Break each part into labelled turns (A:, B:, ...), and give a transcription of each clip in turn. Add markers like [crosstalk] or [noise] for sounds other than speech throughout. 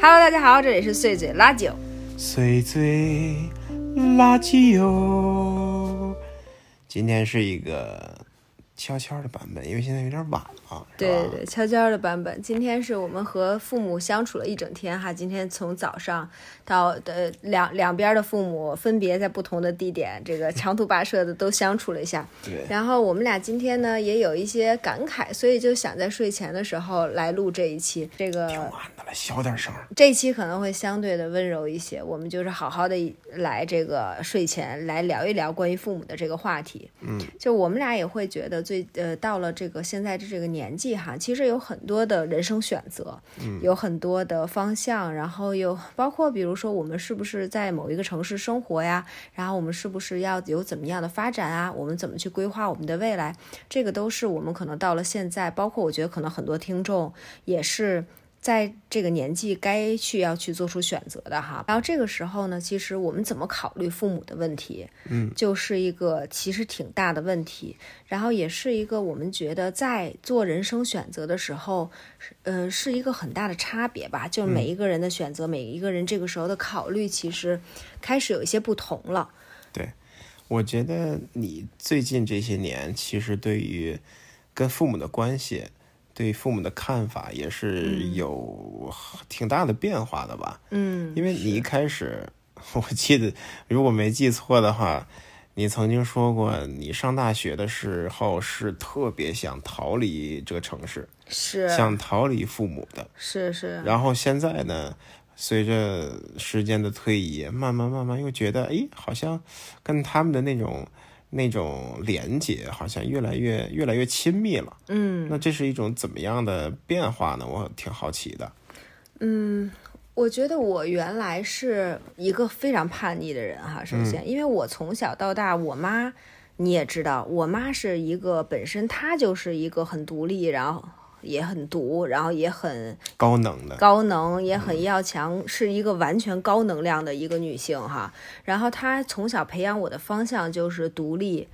A: Hello，大家好，这里是碎嘴拉酒，
B: 碎嘴垃圾哟。今天是一个悄悄的版本，因为现在有点晚了，是
A: 对
B: 吧
A: 对对，悄悄的版本。今天是我们和父母相处了一整天哈，今天从早上到呃两两边的父母分别在不同的地点，这个长途跋涉的都相处了一下。
B: 对
A: 然后我们俩今天呢也有一些感慨，所以就想在睡前的时候来录这一期。这个
B: 晚的了，小点声儿。
A: 这一期可能会相对的温柔一些，我们就是好好的来这个睡前来聊一聊关于父母的这个话题。
B: 嗯，
A: 就我们俩也会觉得最呃，到了这个现在这个年纪哈，其实有很多的人生选择，有很多的方向，然后有包括比如说我们是不是在某一个城市生活呀，然后我们是不是要有怎么样的发展啊，我们怎么去规划我们的未来，这个都是我们可能到了现在，包括我觉得可能很多听众也是。在这个年纪该去要去做出选择的哈，然后这个时候呢，其实我们怎么考虑父母的问题，就是一个其实挺大的问题，然后也是一个我们觉得在做人生选择的时候，呃，是一个很大的差别吧。就是每一个人的选择，每一个人这个时候的考虑，其实开始有一些不同了。
B: 对，我觉得你最近这些年，其实对于跟父母的关系，对父母的看法，也是有挺大的变化的吧？
A: 嗯，
B: 因为你一开始， [laughs] 我记得如果没记错的话，你曾经说过，你上大学的时候是特别想逃离这个城市，
A: 是
B: 想逃离父母的。
A: 是是，
B: 然后现在呢，随着时间的推移，慢慢慢慢又觉得，哎，好像跟他们的那种那种连接，好像越来越越来越亲密了。嗯，那这是一种怎么样的变化呢？我挺好奇的。
A: 我觉得我原来是一个非常叛逆的人哈，
B: 嗯
A: 首先，因为我从小到大，我妈你也知道，我妈是一个本身她就是一个很独立，然后也很独，然后也很
B: 高能的，
A: 高能，也
B: 嗯
A: 很要强，是一个完全高能量的一个女性哈。然后她从小培养我的方向就是独立，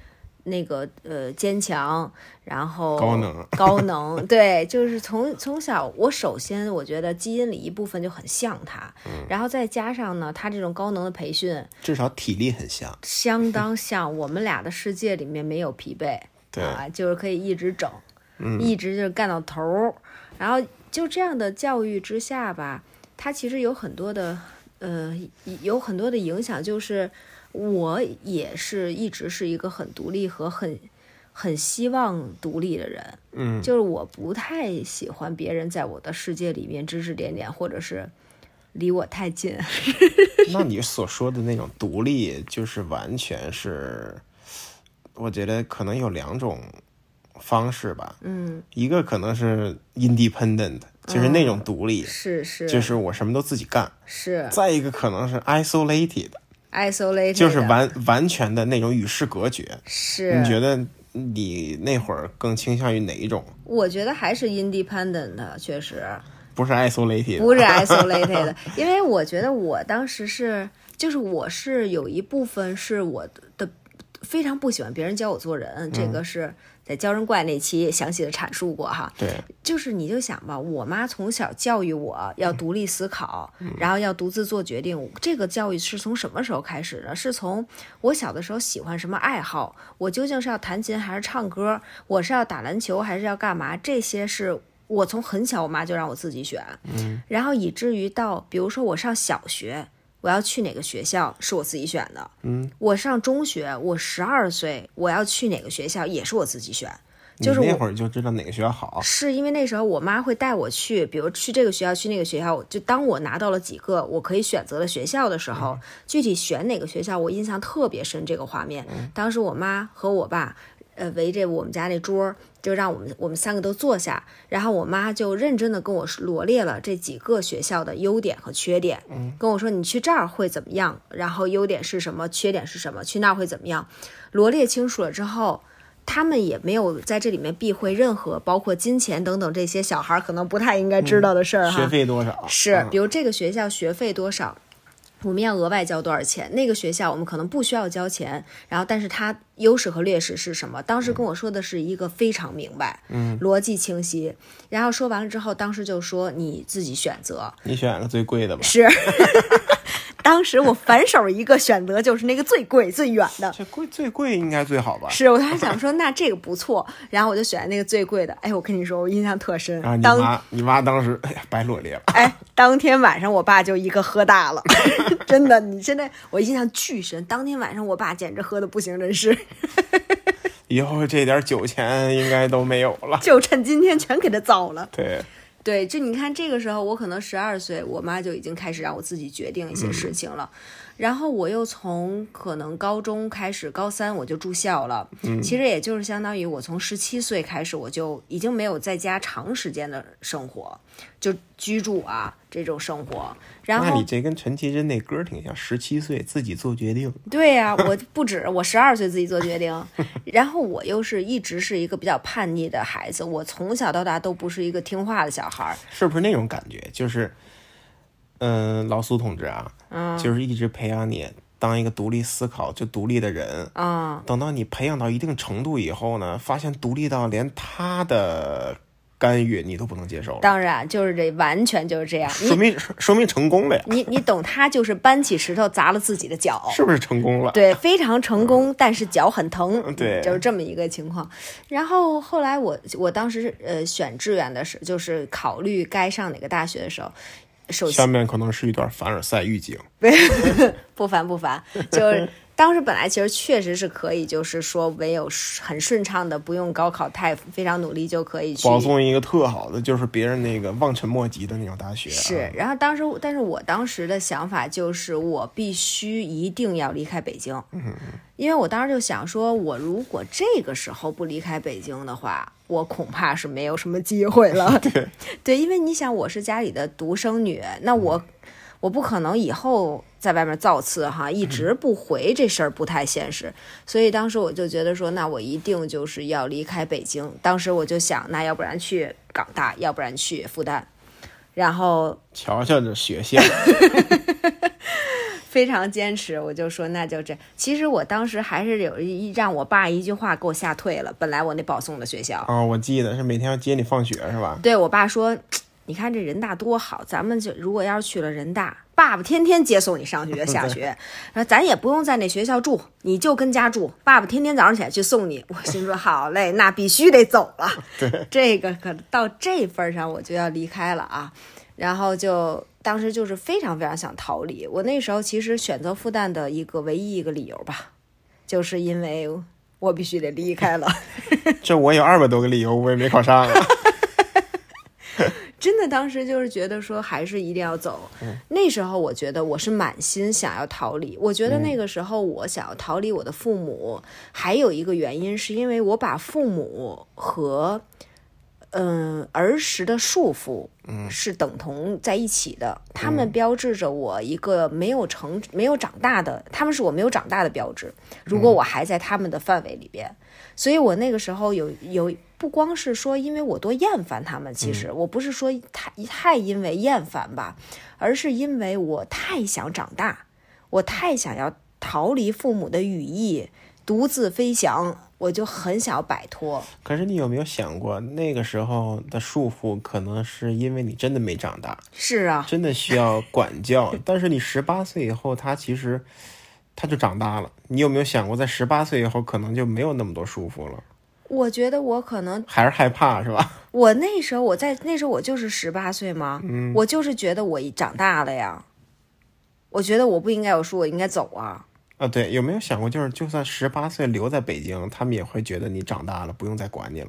A: 那个呃坚强，然后
B: 高能
A: 高能， [laughs] 对，就是从从小我首先我觉得基因里一部分就很像她，然后再加上呢她这种高能的培训，
B: 至少体力很像。
A: 相当像我们俩的世界里面没有疲惫。
B: 对，嗯
A: 啊，就是可以一直整，一直就是干到头儿。然后就这样的教育之下吧，它其实有很多的呃，有很多的影响。就是我也是一直是一个很独立和很很希望独立的人，
B: 嗯，
A: 就是我不太喜欢别人在我的世界里面指指点点，或者是离我太近。 [laughs]
B: [laughs] 那你所说的那种独立，就是完全是，我觉得可能有两种方式吧。
A: 嗯，
B: 一个可能是 independent，就是那种独立，
A: 嗯是是
B: 就是我什么都自己干；
A: 是
B: 再一个可能是 isolated，
A: isolated，
B: 就是完完全的那种与世隔绝。
A: 是
B: 你觉得你那会儿更倾向于哪一种？
A: 我觉得还是 independent 的，确实
B: 不是 isolated，
A: 不是 isolated 的，因为我觉得我当时是，就是我是有一部分是我的非常不喜欢别人教我做人，这个是在教人怪那期详细的阐述过哈。
B: 对，
A: 就是你就想吧，我妈从小教育我要独立思考，然后要独自做决定。这个教育是从什么时候开始的？是从我小的时候喜欢什么爱好，我究竟是要弹琴还是唱歌，我是要打篮球还是要干嘛？这些是。我从很小，我妈就让我自己选，然后以至于到，比如说我上小学，我要去哪个学校是我自己选的，嗯，我上中学，我十二岁我要去哪个学校也是我自己选，就是
B: 你
A: 我
B: 那会儿就知道哪个学校好。
A: 是因为那时候我妈会带我去，比如去这个学校，去那个学校。就当我拿到了几个我可以选择的学校的时候，具体选哪个学校，我印象特别深。这个画面，当时我妈和我爸，呃，围着我们家那桌儿，就让我们我们三个都坐下，然后我妈就认真的跟我罗列了这几个学校的优点和缺点，跟我说你去这儿会怎么样，然后优点是什么，缺点是什么，去那儿会怎么样，罗列清楚了之后。他们也没有在这里面避讳任何，包括金钱等等这些小啊
B: 嗯
A: 孩儿可能不太应该知道的事儿哈。
B: 学费多少？
A: 是，比如这个学校学费多少，我们要额外交多少钱？那个学校我们可能不需要交钱，然后但是它优势和劣势是什么？当时跟我说的是一个非常明白，嗯，逻辑清晰。然后说完了之后，当时就说你自己选择。
B: 你选个最贵的吧。
A: 是， [laughs] 当时我反手一个选择就是那个最贵最远的。
B: 这贵最贵应该最好吧？
A: 是我当时想说，那这个不错，然后我就选那个最贵的。哎，我跟你说，我印象特深。
B: 然啊后你
A: 当
B: 妈，你妈当时哎呀白落裂了。
A: 哎，当天晚上我爸就一个喝大了， [laughs] 真的，你现在我印象巨深。当天晚上我爸简直喝的不省人事，
B: 以后这点酒钱应该都没有了。
A: 就趁今天全给他糟了。
B: 对，
A: 对，就你看这个时候，我可能十二岁，我妈就已经开始让我自己决定一
B: 嗯
A: 些事情了。然后我又从可能高中开始，高三我就住校了。
B: 嗯
A: 其实也就是相当于我从十七岁开始，我就已经没有在家长时间的生活，就居住啊这种生活。然
B: 那
A: 后
B: 你这跟陈绮贞那歌儿挺像，十七岁自己做决定。
A: 对呀、我不止我十二岁自己做决
B: [laughs]
A: 定，然后我又是一直是一个比较叛逆的孩子，我从小到大都不是一个听话的小孩儿。
B: 是不是那种感觉？就是，嗯、老苏同志啊，
A: 嗯
B: 就是一直培养你当一个独立思考、就独立的人
A: 嗯
B: 啊。等到你培养到一定程度以后呢，发现独立到连他的干预你都不能接受了，
A: 当然，就是这完全就是这样。
B: 说明说明成功了呀，
A: 你你懂，他就是搬起石头砸了自己的脚。
B: 是不是成功了？
A: 对，非常成功，但是脚很疼，
B: 嗯对
A: 就是这么一个情况。然后后来我我当时呃选志愿的时候，就是考虑该上哪个大学的时候，首先
B: 下面可能是一段凡尔赛预警，
A: 不烦不烦，
B: [laughs]
A: 就是当时本来其实确实是可以，就是说没有很顺畅的，不用高考太非常努力就可以去。
B: 保送一个特好的，就是别人那个望尘莫及的那种大学、啊。
A: 是，，然后当时，但是我当时的想法就是，我必须一定要离开北京，因为我当时就想说，我如果这个时候不离开北京的话，我恐怕是没有什么机会了。对，因为你想，我是家里的独生女，那我我不可能以后在外面造次哈，一直不回这事儿不太现实。所以当时我就觉得说，那我一定就是要离开北京。当时我就想，那要不然去港大，要不然去复旦。然后
B: 瞧瞧这学校，
A: 非常坚持，我就说那就这。其实我当时还是有一让我爸一句话给我吓退了。本来我那保送的学校，
B: [laughs] 啊、我记得是每天要接你放学是吧？ [laughs]
A: 对我爸说，你看这人大多好，咱们就如果要是去了人大，爸爸天天接送你上学下学，然后咱也不用在那学校住，你就跟家住，爸爸天天早上起来去送你。我心说好嘞，那必须得走了。这个可到这份儿上我就要离开了啊。然后就当时就是非常非常想逃离。我那时候其实选择复旦的一个唯一一个理由吧，就是因为我必须得离开了。
B: 这我有二百多个理由，我也没考上啊。 [laughs]
A: 真的，当时就是觉得说还是一定要走。那时候我觉得我是满心想要逃离。我觉得那个时候我想要逃离我的父母，还有一个原因是因为我把父母和嗯儿时的束缚是等同在一起的，他们标志着我一个没有成、没有长大的，他们是我没有长大的标志。如果我还在他们的范围里边，所以我那个时候有有不光是说因为我多厌烦他们，其实我不是说太太因为厌烦吧，而是因为我太想长大，我太想要逃离父母的羽翼，独自飞翔，我就很想要摆脱。
B: 可是你有没有想过，那个时候的束缚，可能是因为你真的没长大， [laughs]
A: 是啊，
B: 真的需要管教。 [laughs] 但是你十八岁以后，他其实他就长大了。你有没有想过，在十八岁以后，可能就没有那么多束缚了？
A: 我觉得我可能
B: 还是害怕是吧？
A: 我那时候我在那时候我就是十八岁嘛，我就是觉得我长大了呀，我觉得我不应该有书，我应该走啊。
B: 啊，对，有没有想过，就是就算十八岁留在北京，他们也会觉得你长大了，不用再管你了。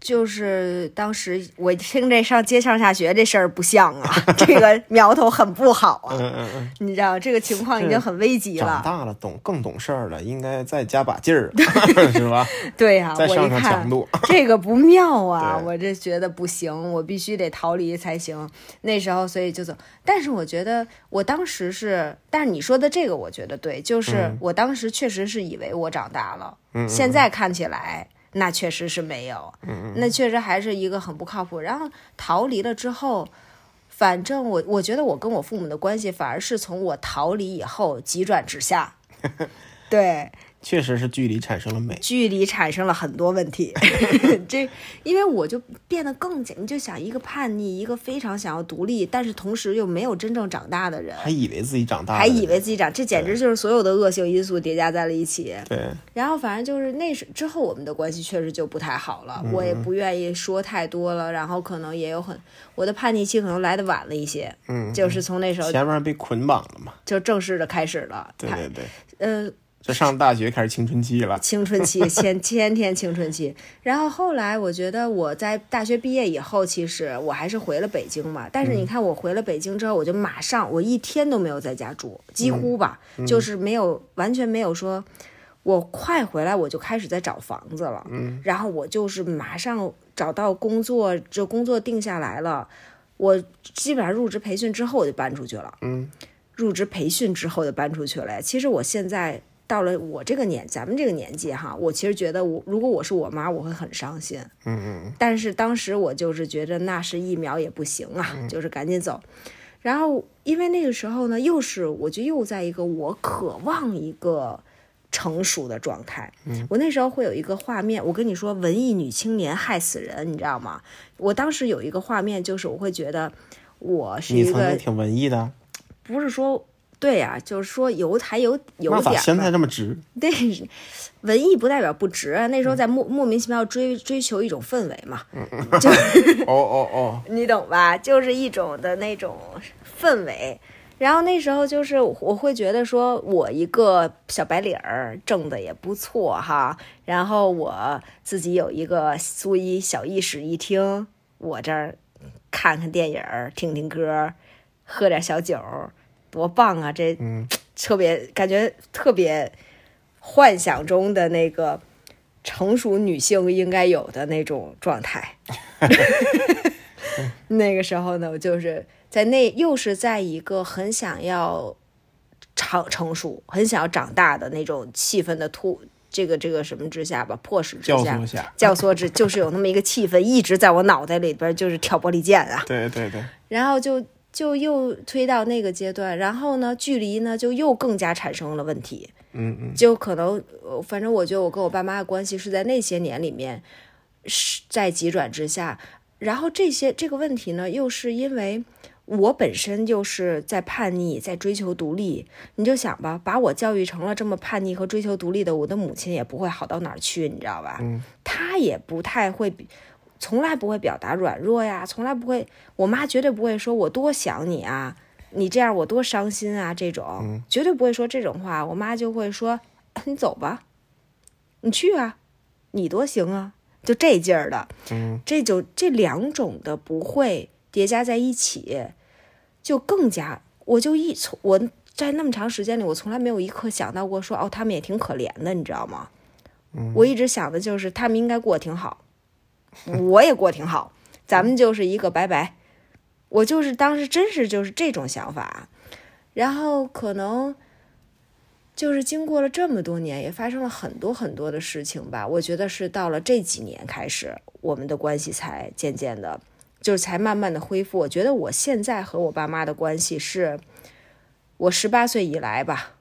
A: 就是当时我听这上接上下学这事儿不像啊，这个苗头很不好啊，
B: 嗯嗯嗯，
A: 你知道这个情况已经很危急
B: 长
A: 了。
B: 大了，懂更懂事儿了，应该再加把
A: [laughs]
B: 劲儿了，是吧？
A: 对呀、
B: 再
A: 啊我一
B: 上上
A: 看
B: 强度。 [laughs]
A: 这个不妙啊！
B: 对
A: 我这觉得不行，我必须得逃离才行。那时候所以就走，但是我觉得我当时是，但是你说的这个我觉得对，就是我当时确实是以为我长大了，现在看起来那确实是没有，那确实还是一个很不靠谱。然后逃离了之后。反正我我觉得我跟我父母的关系反而是从我逃离以后急转直下，对，
B: 确实是距离产生了美。
A: 距离产生了很多问
B: [laughs]
A: 题。这因为我就变得更加，你就想一个叛逆，一个非常想要独立，但是同时又没有真正长大的人，
B: 还以为自己长大了，
A: 还以为自己长，这简直就是所有的恶性因素叠加在了一起。
B: 对，
A: 然后反正就是那时之后，我们的关系确实就不太好了。
B: 嗯
A: 我也不愿意说太多了，然后可能也有很我的叛逆期可能来的晚了一些，
B: 嗯，
A: 就是从那时候
B: 前面被捆绑了嘛。
A: 就正式的开始了。
B: 对
A: 他
B: 对对，
A: 呃，
B: 这上大学开始青春期了。
A: 青春期，先天天青春期。然后后来，我觉得我在大学毕业以后，其实我还是回了北京嘛。但是你看，我回了北京之后，我就马上，我一天都没有在家住，几乎吧，就是没有完全没有说。我快回来，我就开始在找房子了。嗯，然后我就是马上找到工作，这工作定下来了。我基本上入职培训之后我就搬出去了。
B: 嗯，
A: 入职培训之后就搬出去了。其实我现在到了我这个年，咱们这个年纪哈，我其实觉得我如果我是我妈，我会很伤心。
B: 嗯嗯，
A: 但是当时我就是觉得那是一秒也不行啊，
B: 嗯
A: 就是赶紧走。然后因为那个时候呢，又是我就又在一个我渴望一个成熟的状态。
B: 嗯
A: 我那时候会有一个画面，我跟你说，文艺女青年害死人，你知道吗？我当时有一个画面，就是我会觉得我是
B: 你
A: 一
B: 曾
A: 个
B: 经挺文艺的，
A: 不是说。对呀、就是说有还有有
B: 那
A: 点
B: 咋
A: 儿
B: 现
A: 吧
B: 在这么直？
A: 对，文艺不代表不值啊。那时候在莫莫名其妙追追求一种氛围嘛，
B: 哦哦哦，
A: 你懂吧？就是一种的那种氛围。然后那时候就是我会觉得说，我一个小白领儿挣的也不错哈，然后我自己有一个苏一小一室一厅，我这儿看看电影儿，听听歌儿，喝点小酒儿，多棒啊！这
B: 嗯
A: 特别感觉特别幻想中的那个成熟女性应该有的那种状
B: [laughs]
A: 态。那个时候呢，我就是在那又是在一个很想要长成熟、很想要长大的那种气氛的突这个这个什么之下吧，迫使之
B: 教
A: 下
B: 唆，下。
A: 教唆之就是有那么一个气氛一直在我脑袋里边就是跳玻璃溅啊，
B: 对对对，
A: 然后就就又推到那个阶段，然后呢，距离呢就又更加产生了问题，
B: 嗯嗯，
A: 就可能，呃反正我觉得我跟我爸妈的关系是在那些年里面是在急转直下，然后这些这个问题呢，又是因为。我本身就是在叛逆，在追求独立。你就想吧，把我教育成了这么叛逆和追求独立的，我的母亲也不会好到哪儿去，你知道吧？
B: 嗯
A: 她也不太会比，从来不会表达软弱呀，从来不会我妈绝对不会说“我多想你啊，你这样我多伤心啊”这种，绝对不会说这种话。我妈就会说：“你走吧，你去啊，你多行啊。”就这劲儿的，
B: 嗯
A: 这就这两种的不会叠加在一起，就更加，我就一从我在那么长时间里，我从来没有一刻想到过说哦，他们也挺可怜的，你知道吗？我一直想的就是他们应该过得挺好，我也过得挺好，咱们就是一个拜拜。我就是当时真是就是这种想法，然后可能就是经过了这么多年，也发生了很多很多的事情吧。我觉得是到了这几年开始，我们的关系才渐渐的，就是才慢慢的恢复。我觉得我现在和我爸妈的关系是，我十八岁以来吧，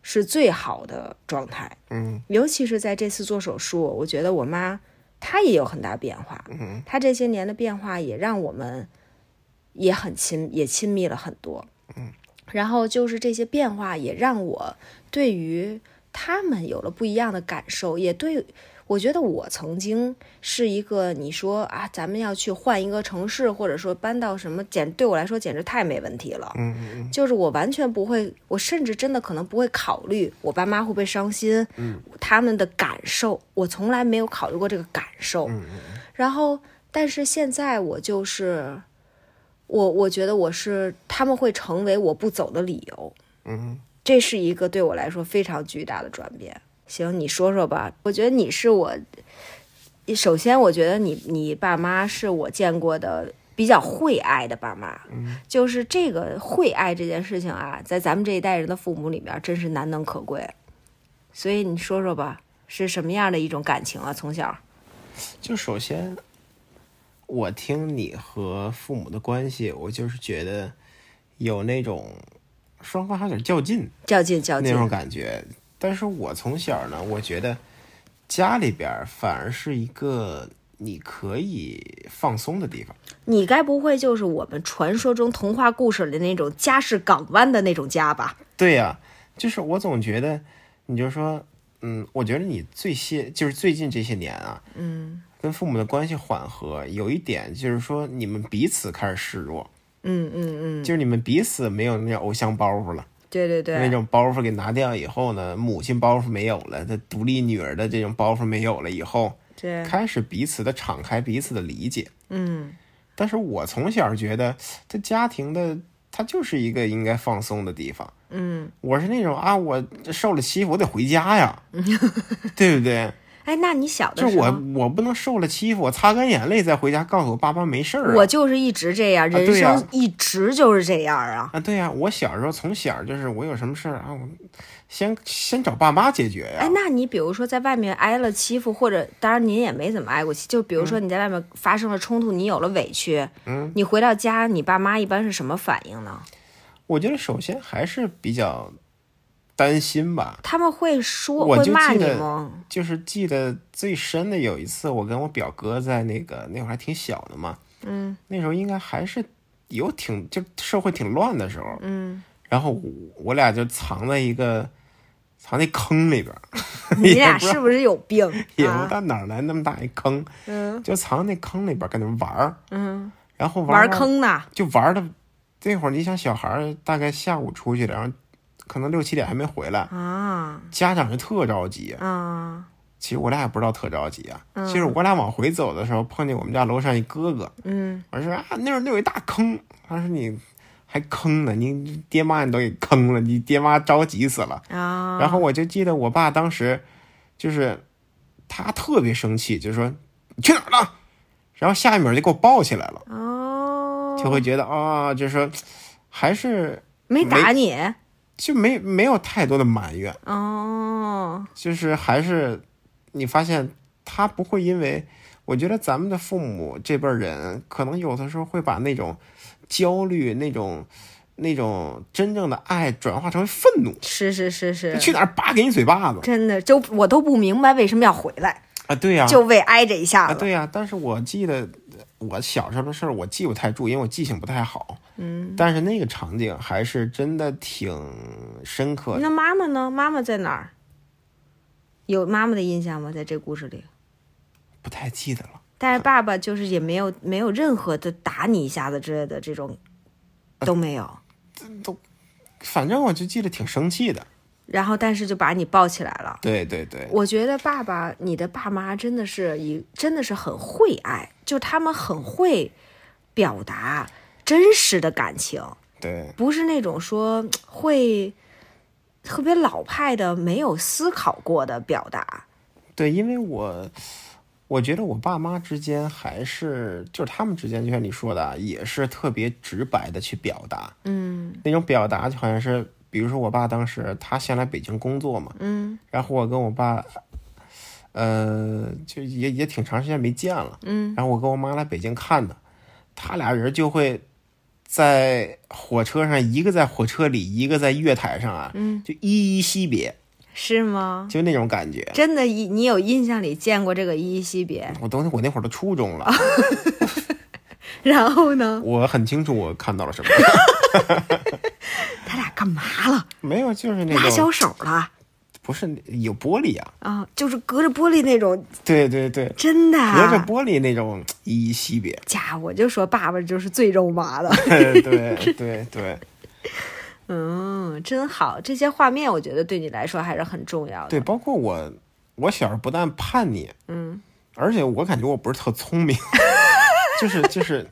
A: 是最好的状态。
B: 嗯，
A: 尤其是在这次做手术，我觉得我妈她也有很大变化。嗯，她这些年的变化也让我们也很亲，也亲密了很多。嗯，然后就是这些变化也让我对于他们有了不一样的感受，也对。我觉得我曾经是一个，你说啊，咱们要去换一个城市，或者说搬到什么，简对我来说简直太没问题了。嗯嗯，就是我完全不会，我甚至真的可能不会考虑我爸妈会不会伤心，他们的感受，我从来没有考虑过这个感受。然后，但是现在我就是，我我觉得我是他们会成为我不走的理由。嗯，这是一个对我来说非常巨大的转变。行，你说说吧。我觉得你是我，首先我觉得你你爸妈是我见过的。比较会爱的爸妈，就是这个会爱这件事情啊，在咱们这一代人的父母里面，真是难能可贵。所以你说说吧，是什么样的一种感情啊？从小，
B: 就首先，我听你和父母的关系，我就是觉得有那种双方还有点较劲
A: 较劲较
B: 那
A: 劲，
B: 种感觉。但是我从小呢，我觉得家里边儿反而是一个你可以放松的地方。
A: 你该不会就是我们传说中童话故事里那种家是港湾的那种家吧？
B: 对呀、就是我总觉得，你就说，嗯，我觉得你最些就是最近这些年啊，嗯，跟父母的关系缓和，有一点就是说你们彼此开始示弱，
A: 嗯嗯嗯，
B: 就是你们彼此没有那种偶像包袱了，
A: 对对
B: 那
A: 对，
B: 种包袱给拿掉以后呢，母亲包袱没有了，这独立女儿的这种包袱没有了以后，
A: 对，
B: 开始彼此的敞开，彼此的理解。
A: 嗯，
B: 但是我从小觉得，这家庭的它就是一个应该放松的地方。嗯，我是那种啊，我受了欺负，我得回家
A: [laughs]
B: 呀，对不对？
A: 哎，那你小的
B: 就是
A: 时
B: 我
A: 候，
B: 我不能受了欺负，我擦干眼泪再回家，告诉我爸妈没事儿、啊。
A: 我啊就是一直这样，人
B: 对呀
A: 生一直就是这样啊。
B: 啊，对呀、我小时候从小就是我有什么事儿啊，我先先找爸妈解决呀、
A: 哎，那你比如说在外面挨了欺负，或者当然您也没怎么挨过欺，就比如说你在外面发生了冲突，你有了委屈，嗯，你回到家，你爸妈一般是什么反应呢？
B: 我觉得首先还是比较担心吧，
A: 他们会说
B: 我
A: 会
B: 就
A: 骂
B: 记
A: 你
B: 得
A: [laughs] 吗？
B: 就是记得最深的有一次，我跟我表哥在那个那会儿还挺小的嘛，嗯，那时候应该还是有挺就社会挺乱的时候，嗯，然后我我俩就藏在一个藏在坑里边儿，
A: 你
B: 也
A: 俩
B: 不知道
A: 是不是有 [laughs] 病？
B: [laughs] 也不
A: 啊
B: 知道哪儿来那么大一坑，
A: 嗯，
B: 就藏那坑里边儿跟那玩儿，嗯，然后
A: 玩
B: 玩儿
A: 坑呢？
B: 就玩的，这会儿你想小孩儿大概下午出去的，然后可能六七点还没回来，
A: 啊
B: 家长就特着急，
A: 啊，
B: 其实我俩也不知道特着急啊。其实我俩往回走的时候，碰见我们家楼上一哥哥，
A: 嗯，
B: 我说啊，那儿那有一大坑，他说你还坑呢，你爹妈你都给坑了，你爹妈着急死了。
A: 啊，
B: 然后我就记得我爸当时就是他特别生气，就说你去哪儿了？然后下一秒就给我抱起来了，
A: 哦，
B: 就会觉得啊、就说还是
A: 没打你
B: 就没没有太多的埋怨。
A: 哦，
B: 就是还是你发现他不会因为，我觉得咱们的父母这辈儿人，可能有的时候会把那种焦虑、那种那种真正的爱转化成为愤怒，
A: 是是是，
B: 就是去哪儿叭给你嘴巴子
A: 真的，就我都不明白为什么要回来，
B: 啊！对呀、
A: 就为挨这一下
B: 啊，
A: 子。
B: 对呀、但是我记得我小时候的事儿，我记不太住，因为我记性不太好。嗯，但是那个场景还是真的挺深刻的。
A: 那妈妈呢？妈妈在哪儿？有妈妈的印象吗？在这故事里，
B: 不太记得了。
A: 但是爸爸就是也没有没有任何的打你一下子之类的这种都没有，
B: 反正我就记得挺生气的，
A: 然后但是就把你抱起来了。
B: 对对对，
A: 我觉得爸爸，你的爸妈真的是一真的是很会爱，就他们很会表达真实的感情，
B: 对，
A: 不是那种说会特别老派的、没有思考过的表达。
B: 对，因为我我觉得我爸妈之间还是就是他们之间，就像你说的，啊，也是特别直白的去表达，
A: 嗯
B: 那种表达就好像是，比如说我爸当时他先来北京工作嘛，
A: 嗯
B: 然后我跟我爸，呃，就也也挺长时间没见了，
A: 嗯，
B: 然后我跟我妈来北京看他，他俩人就会在火车上，一个在火车里，一个在月台上啊，
A: 嗯
B: 就依依惜别，
A: 是吗？
B: 就那种感觉。
A: 真的，你你有印象里见过这个依依惜别？
B: 我等我那会儿都初
A: [laughs]
B: 中了，
A: 然后呢，
B: 我很清楚我看到了什么，
A: [laughs] 他俩干嘛了？
B: 没有，就是那
A: 拉
B: 种
A: 小手了
B: 不是有玻璃啊，
A: 啊？就是隔着玻璃那种，
B: 对对对，
A: 真的、
B: 隔着
A: 啊。
B: 玻璃那种依依惜
A: [laughs]
B: 别，
A: 家我就说爸爸就是最肉麻的。
B: 对对对
A: 嗯，真好，这些画面我觉得对你来说还是很重要的。
B: 对，包括我，我小时候不但叛逆，
A: 嗯，
B: 而且我感觉我不是特
A: [laughs]
B: 聪明，就是就是，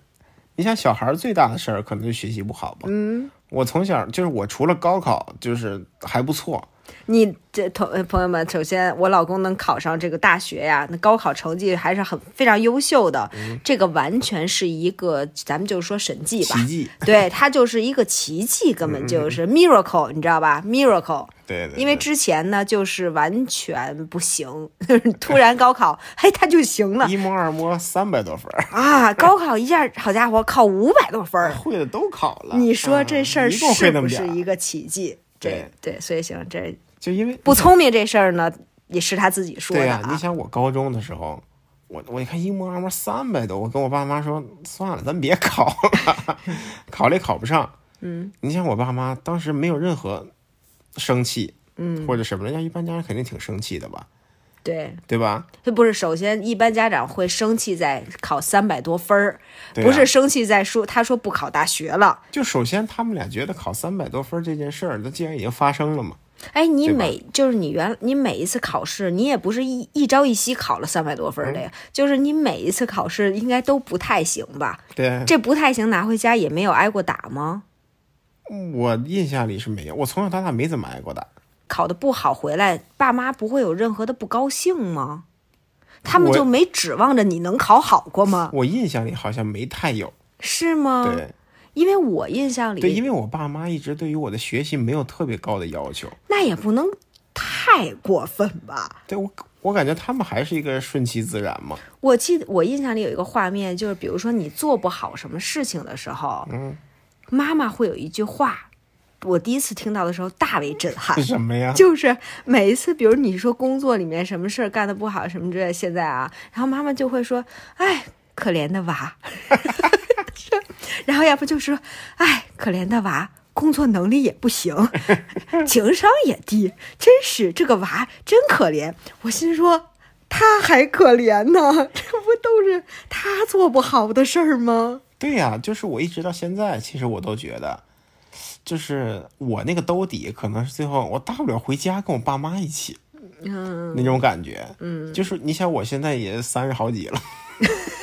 B: 你像小孩儿最大的事儿可能就学习不好吧，嗯，我从小就是我除了高考就是还不错，
A: 你这同呃朋友们，首先我老公能考上这个大学呀，那高考成绩还是很非常优秀的，
B: 嗯
A: 这个完全是一个咱们就说神迹吧，
B: 奇迹，
A: 对，它就是一个奇迹，根本就是 miracle，你知道吧？miracle。
B: 对对，
A: 因为之前呢就是完全不行， [laughs] 突然高考，嘿，他就行了
B: 一模二模三百多分儿，
A: 啊！高考一下，好家伙，考五百多分儿，
B: 会的都考了。
A: 你说
B: 嗯
A: 这事儿
B: 一共会
A: 是
B: 那
A: 不
B: 么点
A: 是
B: 儿嗯
A: 一个奇迹？这对，所以行，这
B: 就因为
A: 不聪明这事儿呢，也是他自己说
B: 对
A: 的
B: 呀、你
A: 啊。
B: 想我高中的时候，我我一看一模二模三百多，我跟我爸妈说算了，咱别考了，考了也考不上。嗯，你像我爸妈当时没有任何生气，嗯，或者什么的，要一般家人肯定挺生气的吧，
A: 对，
B: 对吧？
A: 这不是首先，一般家长会生气在考三百多分儿，
B: 对啊
A: 不是生气在说他说不考大学了。
B: 就首先他们俩觉得考三百多分这件事儿，那既然已经发生了嘛，
A: 哎，你
B: 对吧
A: 每就是你原你每一次考试，你也不是一一朝一夕考了三百多分儿的呀，
B: 嗯
A: 就是你每一次考试应该都不太行吧？
B: 对，
A: 这不太行，拿回家也没有挨过打吗？
B: 我印象里是没有，我从小到大没怎么挨过打。
A: 考得不好回来，爸妈不会有任何的不高兴吗？他们
B: 我
A: 就没指望着你能考好过吗？
B: 我印象里好像没太有，
A: 是吗？
B: 对、
A: 因为我印象
B: 对，因
A: 里，
B: 为我爸妈一直对于我的学习没有特别高的要求，
A: 那也不能太过分吧。
B: 对我我感觉他们还是一个顺其自然嘛，
A: 我记得我印象里有一个画面，就是比如说你做不好什么事情的时候，嗯，妈妈会有一句话，我第一次听到的时候大为震撼
B: 是。什么呀？
A: 就是每一次，比如你说工作里面什么事儿干得不好什么之类的，现在啊，然后妈妈就会说：“哎，可怜的娃。” [laughs] 然后要不就说：“哎，可怜的娃，工作能力也不行， [laughs] 情商也低，真是这个娃真可怜。”我心说。他还可怜呢， [laughs] 这不都是他做不好的事儿吗？
B: 对呀、就是我一直到现在，其实我都觉得，就是我那个兜底，可能是最后我大不了回家跟我爸妈一起，嗯，那种感觉，嗯，就是你想我现在也三十好几了， [laughs]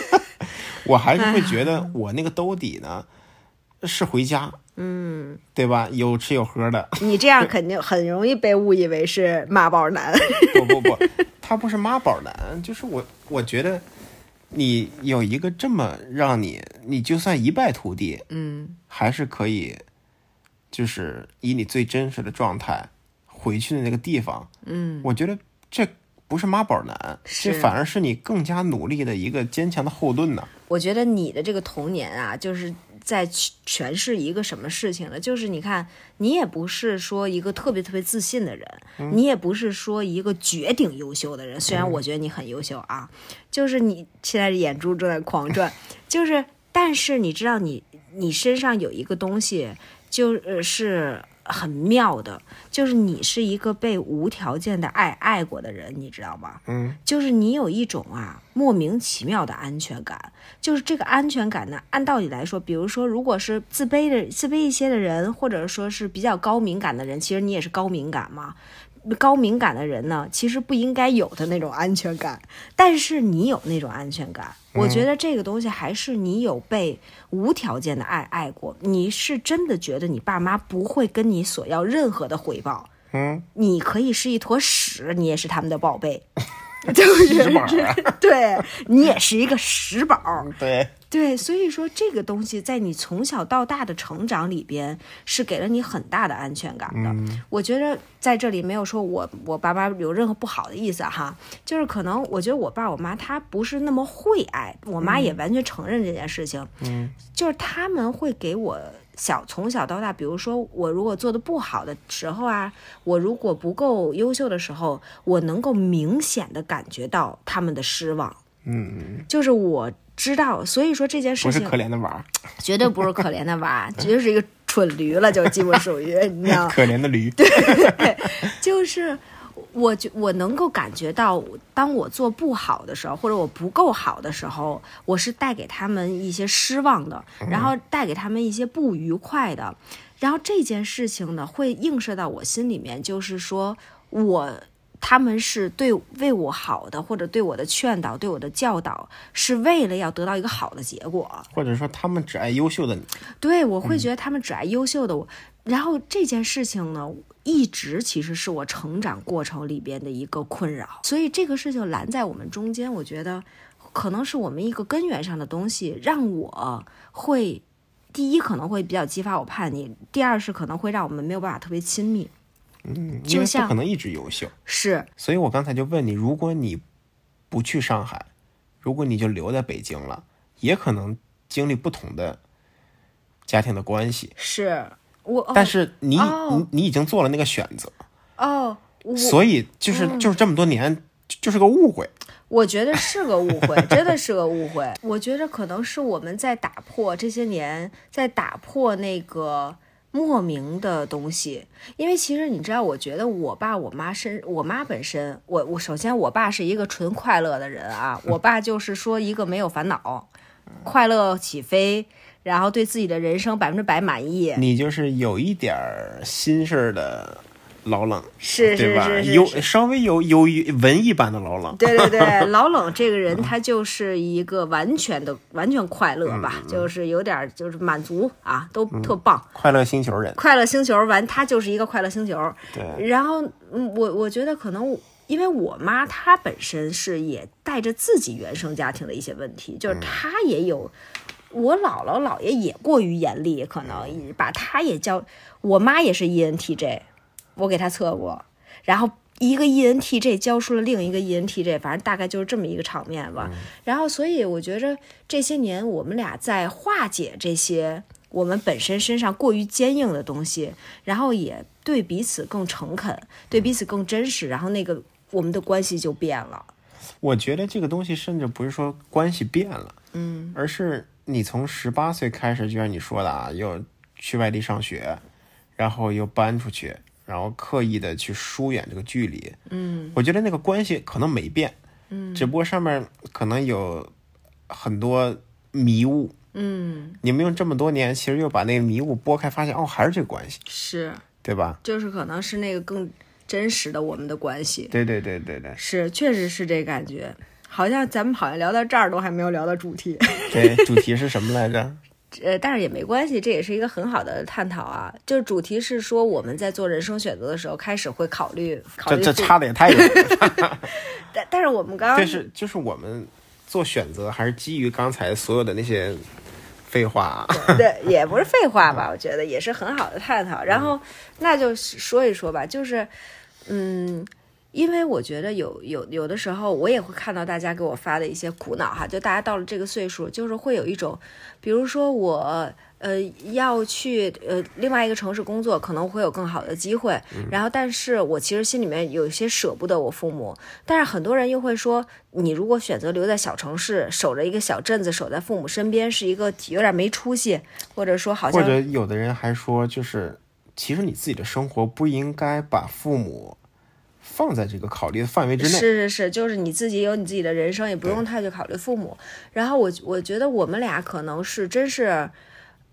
B: 我还是会觉得我那个兜底呢是回家，嗯，对吧？有吃有喝的，
A: 你这样肯定很容易被误以为是妈宝男。
B: [laughs] 不不不，他不是妈宝男，就是我，我觉得你有一个这么让你，你就算一败涂地，嗯，还是可以，就是以你最真实的状态回去的那个地方，嗯，我觉得这不是妈宝男，
A: 是
B: 这反而是你更加努力的一个坚强的后盾呢、
A: 我觉得你的这个童年啊，就是在诠诠释一个什么事情了？就是你看，你也不是说一个特别特别自信的人，你也不是说一个绝顶优秀的人。虽然我觉得你很优秀啊，就是你现在眼珠正在狂转，就是，但是你知道你，你身上有一个东西，就是呃是很妙的，就是你是一个被无条件的爱爱过的人，你知道吗？
B: 嗯，
A: 就是你有一种啊莫名其妙的安全感，就是这个安全感呢，按道理来说，比如说如果是自卑的自卑一些的人，或者说是比较高敏感的人，其实你也是高敏感嘛。高敏感的人呢，其实不应该有的那种安全感，但是你有那种安全感，我觉得这个东西还是你有被无条件的爱爱过，你是真的觉得你爸妈不会跟你索要任何的回报，
B: 嗯，
A: 你可以是一坨屎，你也是他们的宝贝， [laughs] 就是
B: 石板儿啊
A: [laughs] 对你也是一个石宝儿，
B: 对，
A: 对，所以说这个东西在你从小到大的成长里边是给了你很大的安全感的。
B: 嗯
A: 我觉得在这里没有说我我爸妈有任何不好的意思哈，就是可能我觉得我爸我妈他不是那么会爱，我妈
B: 嗯
A: 也完全承认这件事情。嗯，就是他们会给我小从小到大，比如说我如果做的不好的时候啊，我如果不够优秀的时候，我能够明显的感觉到他们的失望。
B: 嗯，
A: 就是我知道，所以说这件
B: 不
A: 事
B: 是
A: 情
B: 可怜的娃儿，
A: 绝对不是可怜的
B: [laughs]
A: 娃，绝对是一个蠢驴了，就基本属于你知道吗，
B: 可怜的驴，
A: 就是。我觉我能够感觉到，当我做不好的时候，或者我不够好的时候，我是带给他们一些失望的，然后带给他们一些不愉快的，然后这件事情呢，会映射到我心里面，就是说我他们是对为我好的，或者对我的劝导、对我的教导，是为了要得到一个好的结果。
B: 或者说他们只爱优秀的你，
A: 对，我
B: 嗯
A: 会觉得他们只爱优秀的我。然后这件事情呢，一直其实是我成长过程里边的一个困扰，所以这个事情拦在我们中间，我觉得可能是我们一个根源上的东西，让我会第一可能会比较激发我叛逆，第二是可能会让我们没有办法特别亲密。
B: 嗯，因
A: 就
B: 为
A: 像
B: 不可能一直优秀。
A: 是
B: 所以我刚才就问你，如果你不去上海，如果你就留在北京了，也可能经历不同的家庭的关系。
A: 是，我哦
B: 但是你、
A: 哦
B: 你你已经做了那个选择，
A: 哦，我嗯
B: 所以就是、就是这么多年就就是个误会。
A: 我觉得是个误会，真的是个误会。我觉得可能是我们在打破这些年，在打破那个莫名的东西。因为其实你知道，我觉得我爸我妈身，我妈本身，我我首先我爸是一个纯快乐的人啊，我爸就是说一个没有烦恼，快乐起飞，然后对自己的人生百分之百满意。
B: 你就是有一点儿心事儿的老冷，
A: 是
B: 对
A: 是
B: 吧？
A: 是是
B: 有
A: 是
B: 稍微有有一文艺版的老冷，
A: [laughs] 对对对，老冷这个人他就是一个完全的完全快乐吧，就是有点儿就是满足啊，都特棒。
B: 快乐星球人。
A: 快乐星球完，他就是一个快乐星球。
B: 对，
A: 然后，嗯，我我觉得可能我因为我妈她本身是也带着自己原生家庭的一些问题，就是她也有。我姥姥姥爷也过于严厉，可能也把她也教。我妈也是 E ENTJ，我给她测过，然后一个 E ENTJ 教出了另一个 ENTJ，反正大概就是这么一个场面吧。然后，所以我觉着这些年我们俩在化解这些我们本身身上过于坚硬的东西，然后也对彼此更诚恳，对彼此更真实，然后那个我们的关系就变了。
B: 我觉得这个东西甚至不是说关系变了，嗯，而是你从十八岁开始，就像你说的啊，又去外地上学，然后又搬出去，然后刻意的去疏远这个距离，嗯，我觉得那个关系可能没变，嗯，只不过上面可能有很多迷雾，嗯，你们用这么多年，其实又把那个迷雾拨开，发现哦，还是这个关系，
A: 是，
B: 对吧？
A: 就是可能是那个更真实的我们的关系，
B: 对对对对对
A: 是，确实是这感觉。好像咱们好像聊到这儿都还没有聊到主题，
B: 对，主题是什么来 [laughs] 着？
A: 呃，但是也没关系，这也是一个很好的探讨啊。就是主题是说我们在做人生选择的时候，开始会考虑考
B: 这
A: 虑
B: 这
A: 自己，
B: 差的也太远了。
A: 但但是我们刚刚
B: 但是就是我们做选择，还是基于刚才所有的那些废话啊。
A: 对，也不是废话吧，我觉得也是很好的探讨。然后那就说一说吧，就是，嗯，因为我觉得有有有的时候我也会看到大家给我发的一些苦恼哈，就大家到了这个岁数，就是会有一种，比如说我。呃，要去呃另外一个城市工作，可能会有更好的机会。
B: 嗯
A: 然后，但是我其实心里面有一些舍不得我父母，但是很多人又会说，你如果选择留在小城市，守着一个小镇子，守在父母身边，是一个有点没出息，或者说好
B: 或
A: 像
B: 者有的人还说，就是其实你自己的生活不应该把父母放在这个考虑的范围之内。
A: 是是是，就是你自己有你自己的人生，也不用太去考虑父母。然后我我觉得我们俩可能是真是，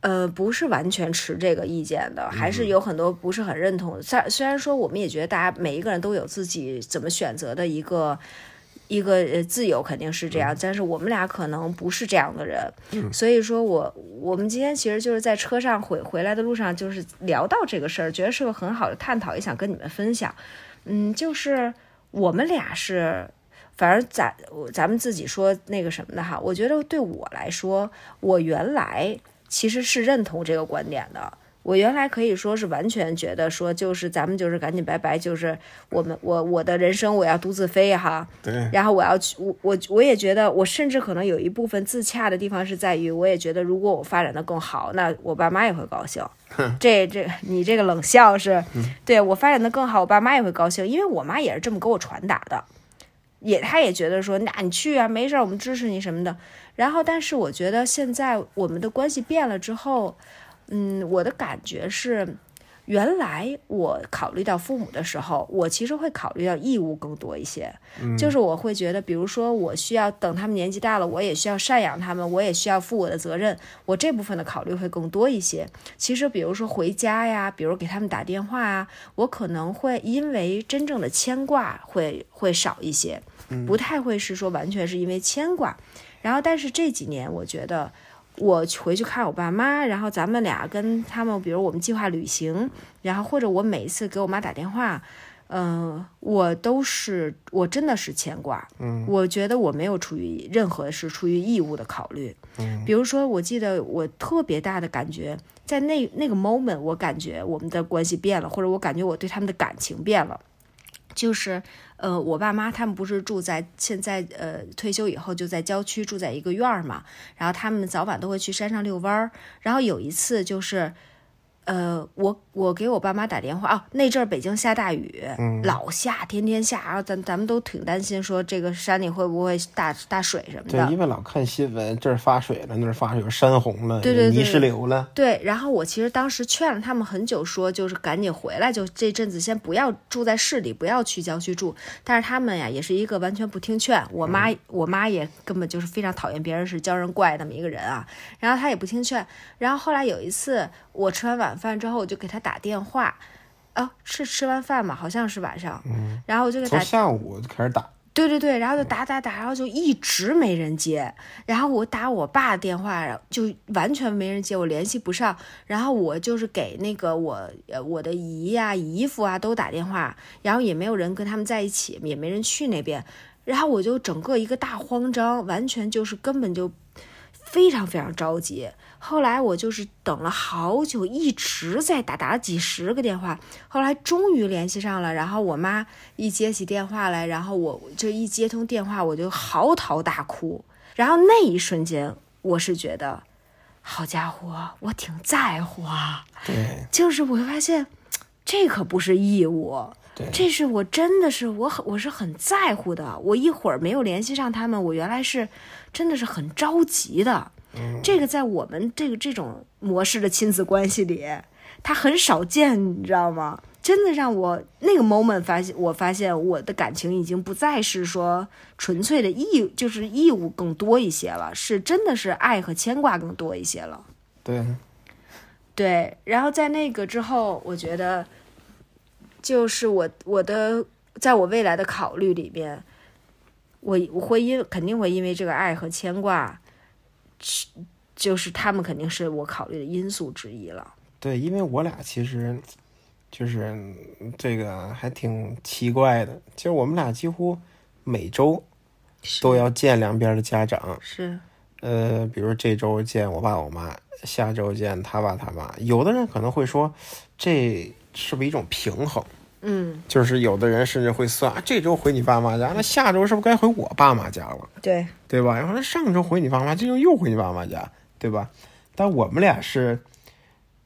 A: 呃，不是完全持这个意见的，还
B: 嗯
A: 是有很多不是很认同。虽虽然说我们也觉得大家每一个人都有自己怎么选择的一个。一个呃自由肯定是这样，
B: 嗯
A: 但是我们俩可能不是这样的人，所以说我我们今天其实就是在车上回回来的路上，就是聊到这个事儿，觉得是个很好的探讨，也想跟你们分享。嗯，就是我们俩是，反正咱我咱们自己说那个什么的哈，我觉得对我来说，我原来其实是认同这个观点的。我原来可以说是完全觉得说，就是咱们就是赶紧拜拜，就是我们我我的人生我要独自飞哈，
B: 对，
A: 然后我要去，我我我也觉得，我甚至可能有一部分自洽的地方是在于，我也觉得如果我发展的更好，那我爸妈也会高兴。这这，你这个冷笑是，对我发展的更好，我爸妈也会高兴，因为我妈也是这么给我传达的，也她也觉得说，那你去啊，没事儿，我们支持你什么的。然后，但是我觉得现在我们的关系变了之后，嗯，我的感觉是。原来我考虑到父母的时候，我其实会考虑到义务更多一些，就是我会觉得，比如说我需要等他们年纪大了，我也需要赡养他们，我也需要负我的责任，我这部分的考虑会更多一些。其实，比如说回家呀，比如给他们打电话啊，我可能会因为真正的牵挂会会少一些，不太会是说完全是因为牵挂。然后，但是这几年我觉得。我回去看我爸妈，然后咱们俩跟他们，比如我们计划旅行，然后或者我每一次给我妈打电话，嗯，我都是，我真的是牵挂。嗯，我觉得我没有出于任何是出于义务的考虑。嗯，比如说，我记得我特别大的感觉，在那那个 moment，我感觉我们的关系变了，或者我感觉我对他们的感情变了。就是，呃，我爸妈他们不是住在现在呃退休以后就在郊区住在一个院儿嘛，然后他们早晚都会去山上遛弯儿。然后有一次就是，呃，我我给我爸妈打电话啊，那阵儿北京下大雨，老下，天天下，然后咱咱们都挺担心说这个山里会不会大大水什么
B: 对，
A: 的。
B: 因为老看新闻，这儿发水了，那儿发水了，山洪了，
A: 对对对
B: 泥石流了，
A: 对，然后我其实当时劝了他们很久，说就是赶紧回来，就这阵子先不要住在市里，不要去郊区住。但是他们呀，也是一个完全不听劝。我妈，我妈也根本就是非常讨厌别人是教人怪那么一个人啊。然后她也不听劝。然后后来有一次，我吃完晚饭之后，我就给她打电话，啊，是吃完饭嘛，好像是晚上。然后我就给她
B: 从下午就开始打，
A: 对对对，然后就打打打，然后就一直没人接。然后我打我爸电话，然后就完全没人接，我联系不上。然后我就是给那个我呃我的姨呀、姨父啊都打电话，然后也没有人跟他们在一起，也没人去那边。然后我就整个一个大慌张，完全就是根本就非常非常着急。后来我就是等了好久，一直在打，打了几十个电话，后来终于联系上了。然后我妈一接起电话来，然后我这一接通电话，我就嚎啕大哭。然后那一瞬间，我是觉得，好家伙，我挺在乎啊。
B: 对
A: 就是我会发现，这可不是义务
B: 对，
A: 这是我真的是我很我是很在乎的。我一会儿没有联系上他们，我原来是真的是很着急的。这个在我们这个这种模式的亲子关系里，它很少见，你知道吗？真的让我那个 moment 发现，我发现我的感情已经不再是说纯粹的义，就是义务更多一些了，是真的是爱和牵挂更多一些了。
B: 对，
A: 对，然后在那个之后，我觉得就是我我的在我未来的考虑里边，我我会因肯定会因为这个爱和牵挂，是就是他们肯定是我考虑的因素之一了。
B: 对，因为我俩其实就是这个还挺奇怪的，就是我们俩几乎每周都要见两边的家长，
A: 是，
B: 呃，比如这周见我爸我妈，下周见他爸他妈。有的人可能会说，这是不是一种平衡？
A: 嗯，
B: 就是有的人甚至会算，啊，这周回你爸妈家，那下周是不是该回我爸妈家了？
A: 对，
B: 对吧？然后上周回你爸妈，这周又回你爸妈家，对吧？但我们俩是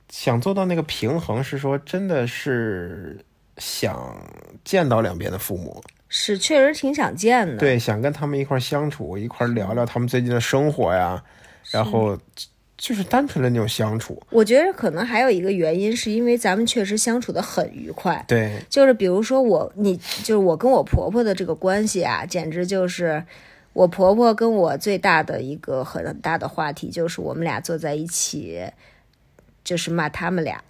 B: 想做到那个平衡，是说真的是想见到两边的父母，
A: 是确实挺想见的。
B: 对，想跟他们一块儿相处，一块儿聊聊他们最近的生活呀，然后就是单纯的那种相处，
A: 我觉得可能还有一个原因，是因为咱们确实相处的很愉快。
B: 对
A: 就是比如说我，你就是我跟我婆婆的这个关系啊，简直就是我婆婆跟我最大的一个很大的话题，就是我们俩坐在一起，就是骂他们
B: [laughs]
A: 俩。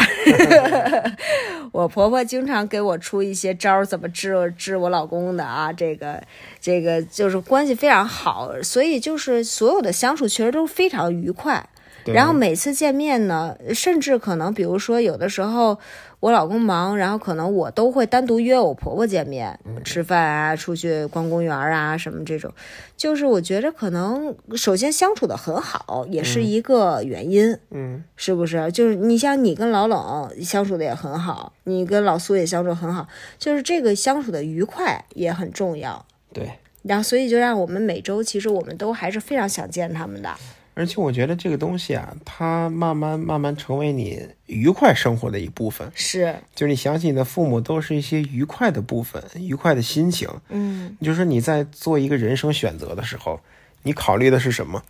A: 我婆婆经常给我出一些招儿，怎么治治我老公的啊，这个这个就是关系非常好，所以就是所有的相处确实都非常愉快。
B: 对
A: 然后每次见面呢，甚至可能，比如说有的时候我老公忙，然后可能我都会单独约我婆婆见面，
B: 嗯
A: 吃饭啊，出去逛公园啊，什么这种，就是我觉得可能首先相处的很好，也是一个原因，
B: 嗯，
A: 是不是？就是你像你跟老冷相处的也很好，你跟老苏也相处得很好，就是这个相处的愉快也很重要。
B: 对。
A: 然后，所以就让我们每周，其实我们都还是非常想见他们的。
B: 而且我觉得这个东西啊，它慢慢慢慢成为你愉快生活的一部分。
A: 是，
B: 就是你想起你的父母，都是一些愉快的部分，愉快的心情。
A: 嗯，
B: 就是你在做一个人生选择的时候，你考虑的是什么？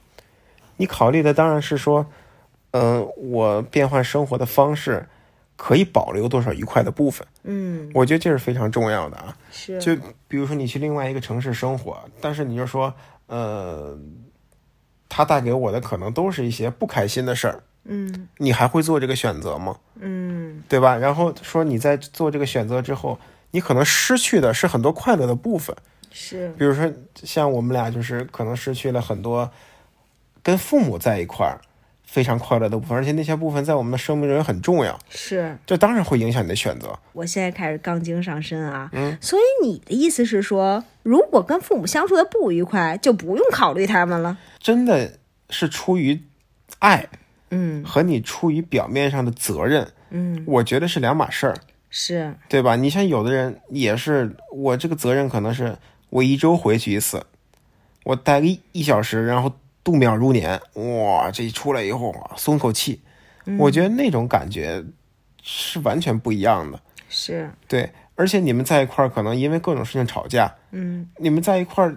B: 你考虑的当然是说，嗯、我变换生活的方式，可以保留多少愉快的部分？
A: 嗯，
B: 我觉得这是非常重要的啊。
A: 是。
B: 就比如说你去另外一个城市生活，但是你就说，呃，它带给我的可能都是一些不开心的事儿，
A: 嗯
B: 你还会做这个选择吗？
A: 嗯，
B: 对吧？然后说你在做这个选择之后，你可能失去的是很多快乐的部分，
A: 是
B: 比如说像我们俩就是可能失去了很多跟父母在一块儿非常快乐的部分，而且那些部分在我们的生命中也很重要，
A: 是
B: 这当然会影响你的选择。
A: 我现在开始杠精上身啊。嗯，所以你的意思是说，如果跟父母相处的不愉快，就不用考虑他们了。
B: 真的是出于爱
A: 嗯，
B: 和你出于表面上的责任，
A: 嗯，
B: 我觉得是两码事儿，
A: 是
B: 对吧？你像有的人也是，我这个责任可能是我一周回去一次，我待个一一小时，然后度秒如年，哇，这一出来以后松口气，
A: 嗯
B: 我觉得那种感觉是完全不一样的。
A: 是，
B: 对，而且你们在一块儿可能因为各种事情吵架，
A: 嗯，
B: 你们在一块儿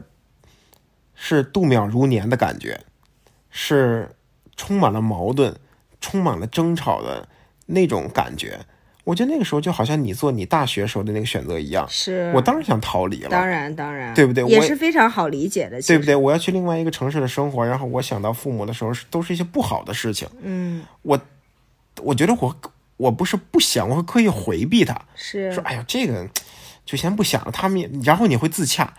B: 是度秒如年的感觉，是充满了矛盾、充满了争吵的那种感觉。我觉得那个时候就好像你做你大学时候的那个选择一样，
A: 是。
B: 我当然想逃离了，
A: 当然当然，
B: 对不对
A: 也
B: 我
A: 是非常好理解的，其
B: 对
A: 实
B: 不对？我要去另外一个城市的生活，然后我想到父母的时候，是都是一些不好的事情。
A: 嗯，
B: 我我觉得我我不是不想，我会刻意回避它。
A: 是
B: 说哎呀，这个就先不想了。他们也，然后你会自洽，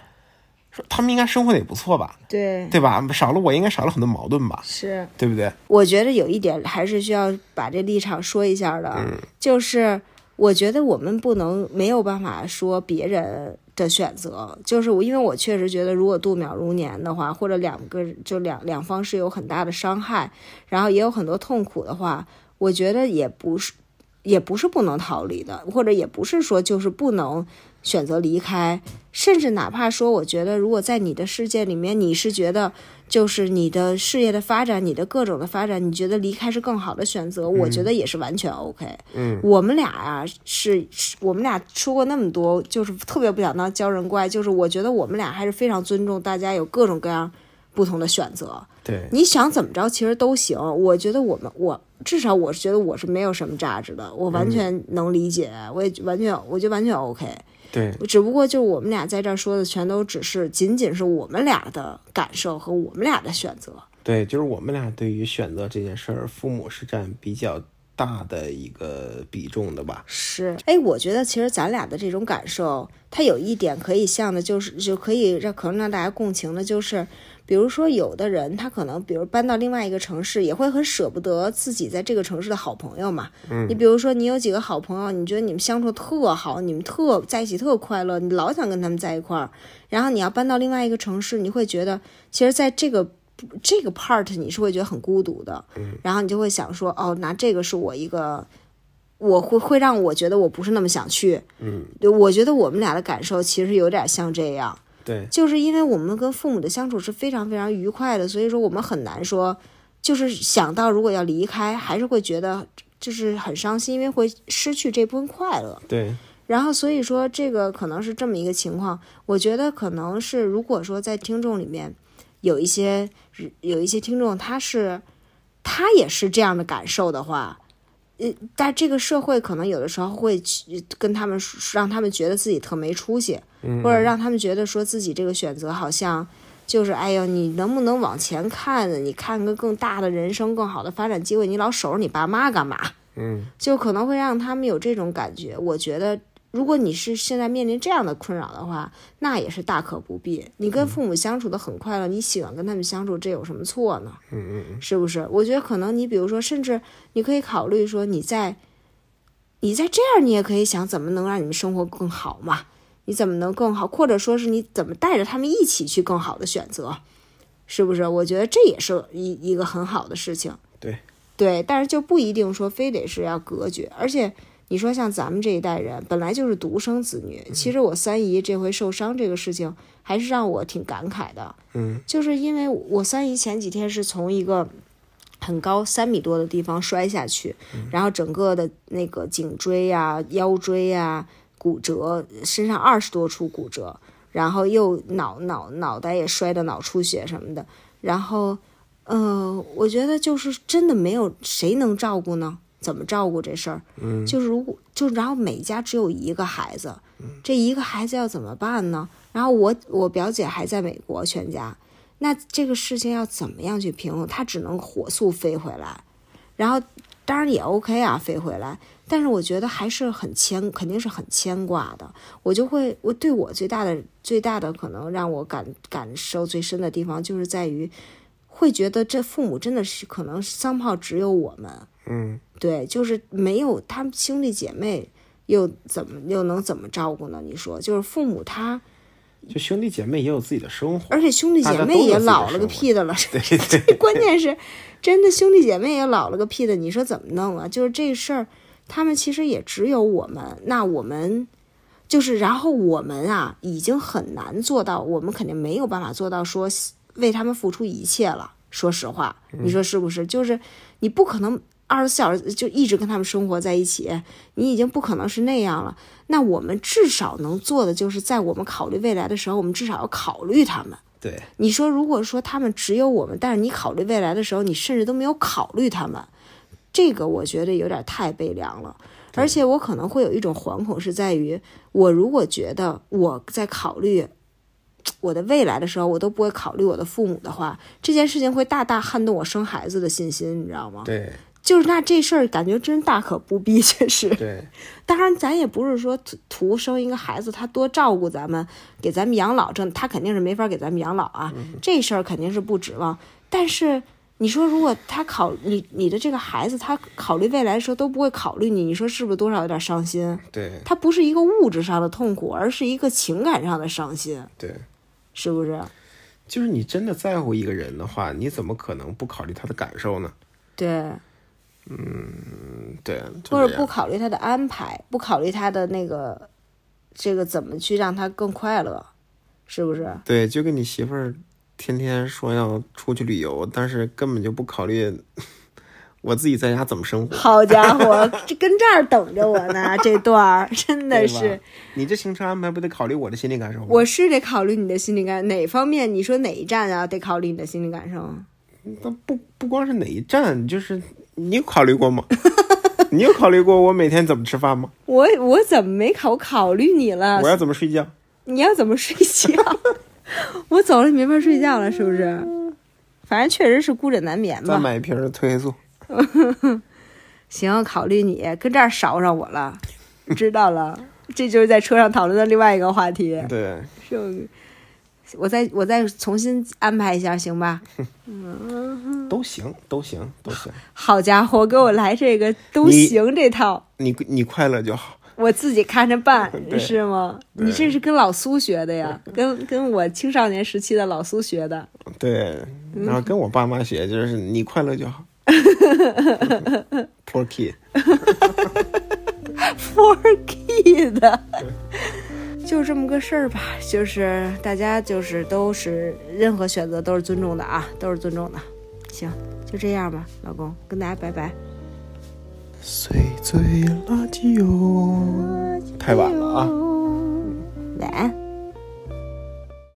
B: 说他们应该生活的也不错吧，
A: 对
B: 对吧？少了我应该少了很多矛盾吧，
A: 是。
B: 对不对？
A: 我觉得有一点还是需要把这立场说一下的，就是我觉得我们不能没有办法说别人的选择，就是我因为我确实觉得，如果度秒如年的话，或者两个就两两方是有很大的伤害，然后也有很多痛苦的话，我觉得也不是也不是不能逃离的，或者也不是说就是不能选择离开，甚至哪怕说，我觉得如果在你的世界里面，你是觉得就是你的事业的发展，你的各种的发展，你觉得离开是更好的选择，我觉得也是完全 OK。嗯，我们俩啊，是是我们俩说过那么多，就是特别不想当教人怪，就是我觉得我们俩还是非常尊重大家有各种各样不同的选择。
B: 对，
A: 你想怎么着，其实都行。我觉得我们我至少我是觉得我是没有什么价值的，我完全能理解，我也完全我觉得完全 OK。
B: 对，
A: 只不过就是我们俩在这儿说的，全都只是仅仅是我们俩的感受和我们俩的选择。
B: 对，就是我们俩对于选择这件事儿，父母是占比较大的一个比重的吧？
A: 是，哎，我觉得其实咱俩的这种感受，它有一点可以像的，就是就可以让可能让大家共情的，就是比如说有的人他可能比如搬到另外一个城市，也会很舍不得自己在这个城市的好朋友嘛。嗯，你比如说你有几个好朋友，你觉得你们相处特好，你们特在一起特快乐，你老想跟他们在一块儿，然后你要搬到另外一个城市，你会觉得其实在这个。这个 part 你是会觉得很孤独的，然后你就会想说，哦，拿这个是我一个我会会让我觉得我不是那么想去，嗯，我觉得我们俩的感受其实有点像这样，
B: 对，
A: 就是因为我们跟父母的相处是非常非常愉快的，所以说我们很难说，就是想到如果要离开，还是会觉得就是很伤心，因为会失去这部分快乐。
B: 对，
A: 然后所以说这个可能是这么一个情况，我觉得可能是如果说在听众里面有一些有一些听众他是他也是这样的感受的话。呃，但这个社会可能有的时候会去跟他们说让他们觉得自己特没出息，或者让他们觉得说自己这个选择好像就是，哎呦，你能不能往前看呢？你看个更大的人生、更好的发展机会，你老守着你爸妈干嘛？
B: 嗯，
A: 就可能会让他们有这种感觉。我觉得，如果你是现在面临这样的困扰的话，那也是大可不必。你跟父母相处的很快乐，你喜欢跟他们相处，这有什么错呢？嗯嗯，是不是？我觉得可能你比如说，甚至你可以考虑说，你在你在这样，你也可以想怎么能让你们生活更好嘛。你怎么能更好，或者说是你怎么带着他们一起去更好的选择，是不是？我觉得这也是一一个很好的事情。
B: 对
A: 对，但是就不一定说非得是要隔绝，而且你说像咱们这一代人，本来就是独生子女，其实我三姨这回受伤这个事情，还是让我挺感慨的。
B: 嗯，
A: 就是因为我三姨前几天是从一个。很高三米多的地方摔下去，然后整个的那个颈椎呀、腰椎呀、骨折，身上二十多处骨折，然后又脑脑脑袋也摔得脑出血什么的，然后，呃，我觉得就是真的没有谁能照顾呢，怎么照顾这事儿？嗯，就是如果就然后每家只有一个孩子，这一个孩子要怎么办呢？然后我我表姐还在美国，全家，那这个事情要怎么样去平衡？她只能火速飞回来，然后当然也 OK 啊，飞回来。但是我觉得还是很牵，肯定是很牵挂的。我就会，我对我最大的最大的可能让我感感受最深的地方，就是在于会觉得这父母真的是可能桑炮只有我们，
B: 嗯，
A: 对，就是没有他们兄弟姐妹又怎么又能怎么照顾呢？你说，就是父母他，
B: 就兄弟姐妹也有自己的生活，
A: 而且兄弟
B: 大
A: 姐
B: 家
A: 妹
B: 都有
A: 也
B: 自己的
A: 老了
B: 生
A: 个
B: 活
A: 屁的了，
B: 对
A: [laughs]
B: 对，
A: 关键是真的兄弟姐妹也老了个屁的，你说怎么弄啊？就是这事儿，他们其实也只有我们，那我们就是，然后我们啊，已经很难做到，我们肯定没有办法做到说为他们付出一切了。说实话，你说是不是？就是你不可能二十四小时就一直跟他们生活在一起，你已经不可能是那样了。那我们至少能做的就是，在我们考虑未来的时候，我们至少要考虑他们。
B: 对，
A: 你说，如果说他们只有我们，但是你考虑未来的时候，你甚至都没有考虑他们，这个我觉得有点太悲凉了。而且我可能会有一种惶恐，是在于我如果觉得我在考虑我的未来的时候，我都不会考虑我的父母的话，这件事情会大大撼动我生孩子的信心，你知道吗？
B: 对
A: 就是那这事儿感觉真大可不必， [laughs] 真是。
B: 对
A: 当然，咱也不是说图图生一个孩子，他多照顾咱们，给咱们养老，这他肯定是没法给咱们养老啊，这事儿肯定是不指望。但是你说，如果他考你你的这个孩子，他考虑未来的时候都不会考虑你，你说是不是多少有点伤心？
B: 对
A: 他不是一个物质上的痛苦，而是一个情感上的伤心，
B: 对，
A: 是不是？
B: 就是你真的在乎一个人的话，你怎么可能不考虑他的感受呢？
A: 对，
B: 嗯对，就
A: 或者
B: 这样
A: 不考虑他的安排，不考虑他的那个这个怎么去让他更快乐，是不是？
B: 对，就跟你媳妇儿天天说要出去旅游，但是根本就不考虑 [laughs] 我自己在家怎么生
A: [laughs]
B: 活。
A: 好家伙，这跟这儿等着我
B: [laughs]
A: 呢，这段儿真的
B: 对
A: 是
B: 吧，你这行程安排不得考虑我的心理感受吗？
A: 我是得考虑你的心理感哪方面？你说哪一站啊？得考虑你的心理感受。
B: 那不不光是哪一站，就是你有考虑过吗？ [laughs] 你有考虑过我每天怎么吃饭吗？
A: 我我怎么没考？我考虑你了
B: 我，要怎么睡觉？
A: 你要怎么睡
B: [laughs]
A: 觉？我走了，你没法睡觉了，是不是？
B: 嗯
A: 反正确实是孤枕难眠
B: 再
A: 吧。
B: 买一瓶褪黑素。
A: 行，考虑你跟这儿勺上我了，知道了。 [laughs] 这就是在车上讨论的另外一个话题。
B: 对，
A: 是我，我再我再重新安排一下，行吧？
B: 都行，都行，都行。
A: 好家伙，给我来这个都
B: 你
A: 行这套，
B: 你你快乐就好。，
A: 我自己看着办
B: [laughs] 对
A: 是吗？
B: 对
A: 你这是跟老苏学的呀，跟跟我青少年时期的老苏学的。
B: 对，
A: 嗯
B: 然后跟我爸妈学，就是你快乐就
A: [laughs]
B: 好。Poor kid。
A: Four K 的，就这么个事儿吧。就是大家就是都是任何选择都是尊重的啊，都是尊重的。行，就这样吧，老公，跟大家拜拜。
B: 碎嘴垃圾哟，太晚了啊。